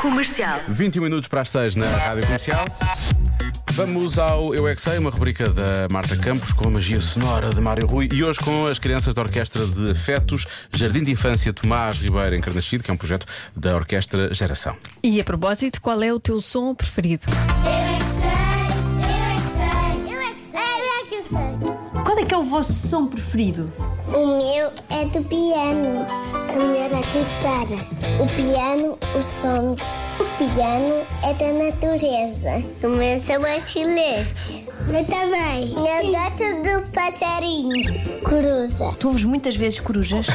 Comercial. 21 minutos para as 6 na Rádio Comercial. Vamos ao Eu é que Sei, uma rubrica da Marta Campos com a magia sonora de Mário Rui e hoje com as crianças da Orquestra de Afetos, Jardim de Infância Tomás Ribeiro Encarnascido, que é um projeto da Orquestra Geração. E a propósito, qual é o teu som preferido? Eu é que sei, eu é que sei, eu é que sei, eu é que sei. Qual é que é o vosso som preferido? O meu é do piano. A minha era a guitarra. O piano, o som. O piano é da natureza. O meu são mais silêncio. Eu também. Eu gosto do passarinho. Cruza. Tu ouves muitas vezes corujas?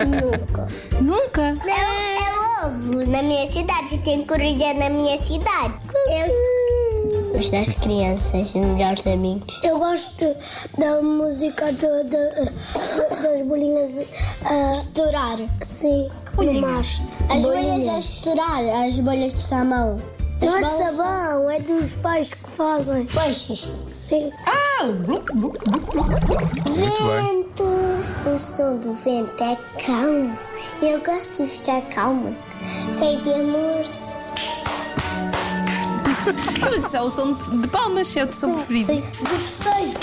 Nunca. Nunca! Não, é ovo. Na minha cidade, tem coruja na minha cidade. Eu gosto das crianças, melhores amigos. Eu gosto da música do, do- das bolinhas a estourar. Sim, no mar. As bolhas a estourar, as bolhas de sabão. Não é de sabão, é dos pais que fazem. Peixes? Sim. Vento! O som do vento é calmo. Eu gosto de ficar calmo. Sei de amor. Mas isso é o som de palmas, é o teu som preferido. Gostei.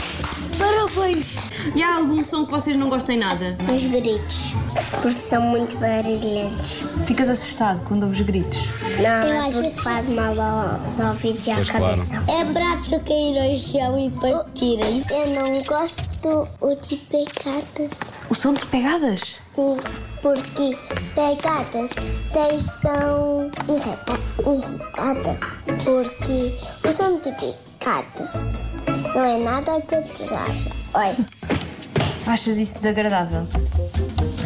Parabéns. E há algum som que vocês não gostem nada? Os gritos. Porque são muito barulhentos. Ficas assustado quando ouves gritos. Não, Eu acho que faz mal aos ouvidos e à cabeça. É pratos a cair ao chão e partirem. Eu não gosto tipo de pecadas. O som de pegadas? Sim, porque pegadas deixam irrita, irritada. Porque o som de pegadas não é nada que agradável. Olha, Achas isso desagradável?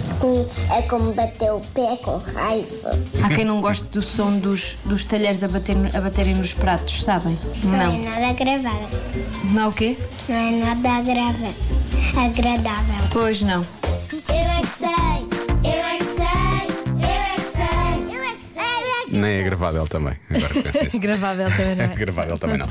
sim, é como bater o pé com raiva. Há quem não goste do som dos, dos talheres a, bater, no- a baterem nos pratos, sabem? Não. é nada agradável. Não é o quê? Não é nada agradável. Agradável. Pois não. Eu é que sei, eu é que sei, eu é que sei, eu é que sei, eu é que Nem é gravável também. Agora que penso nisso. Gravável também, não é? gravável também não.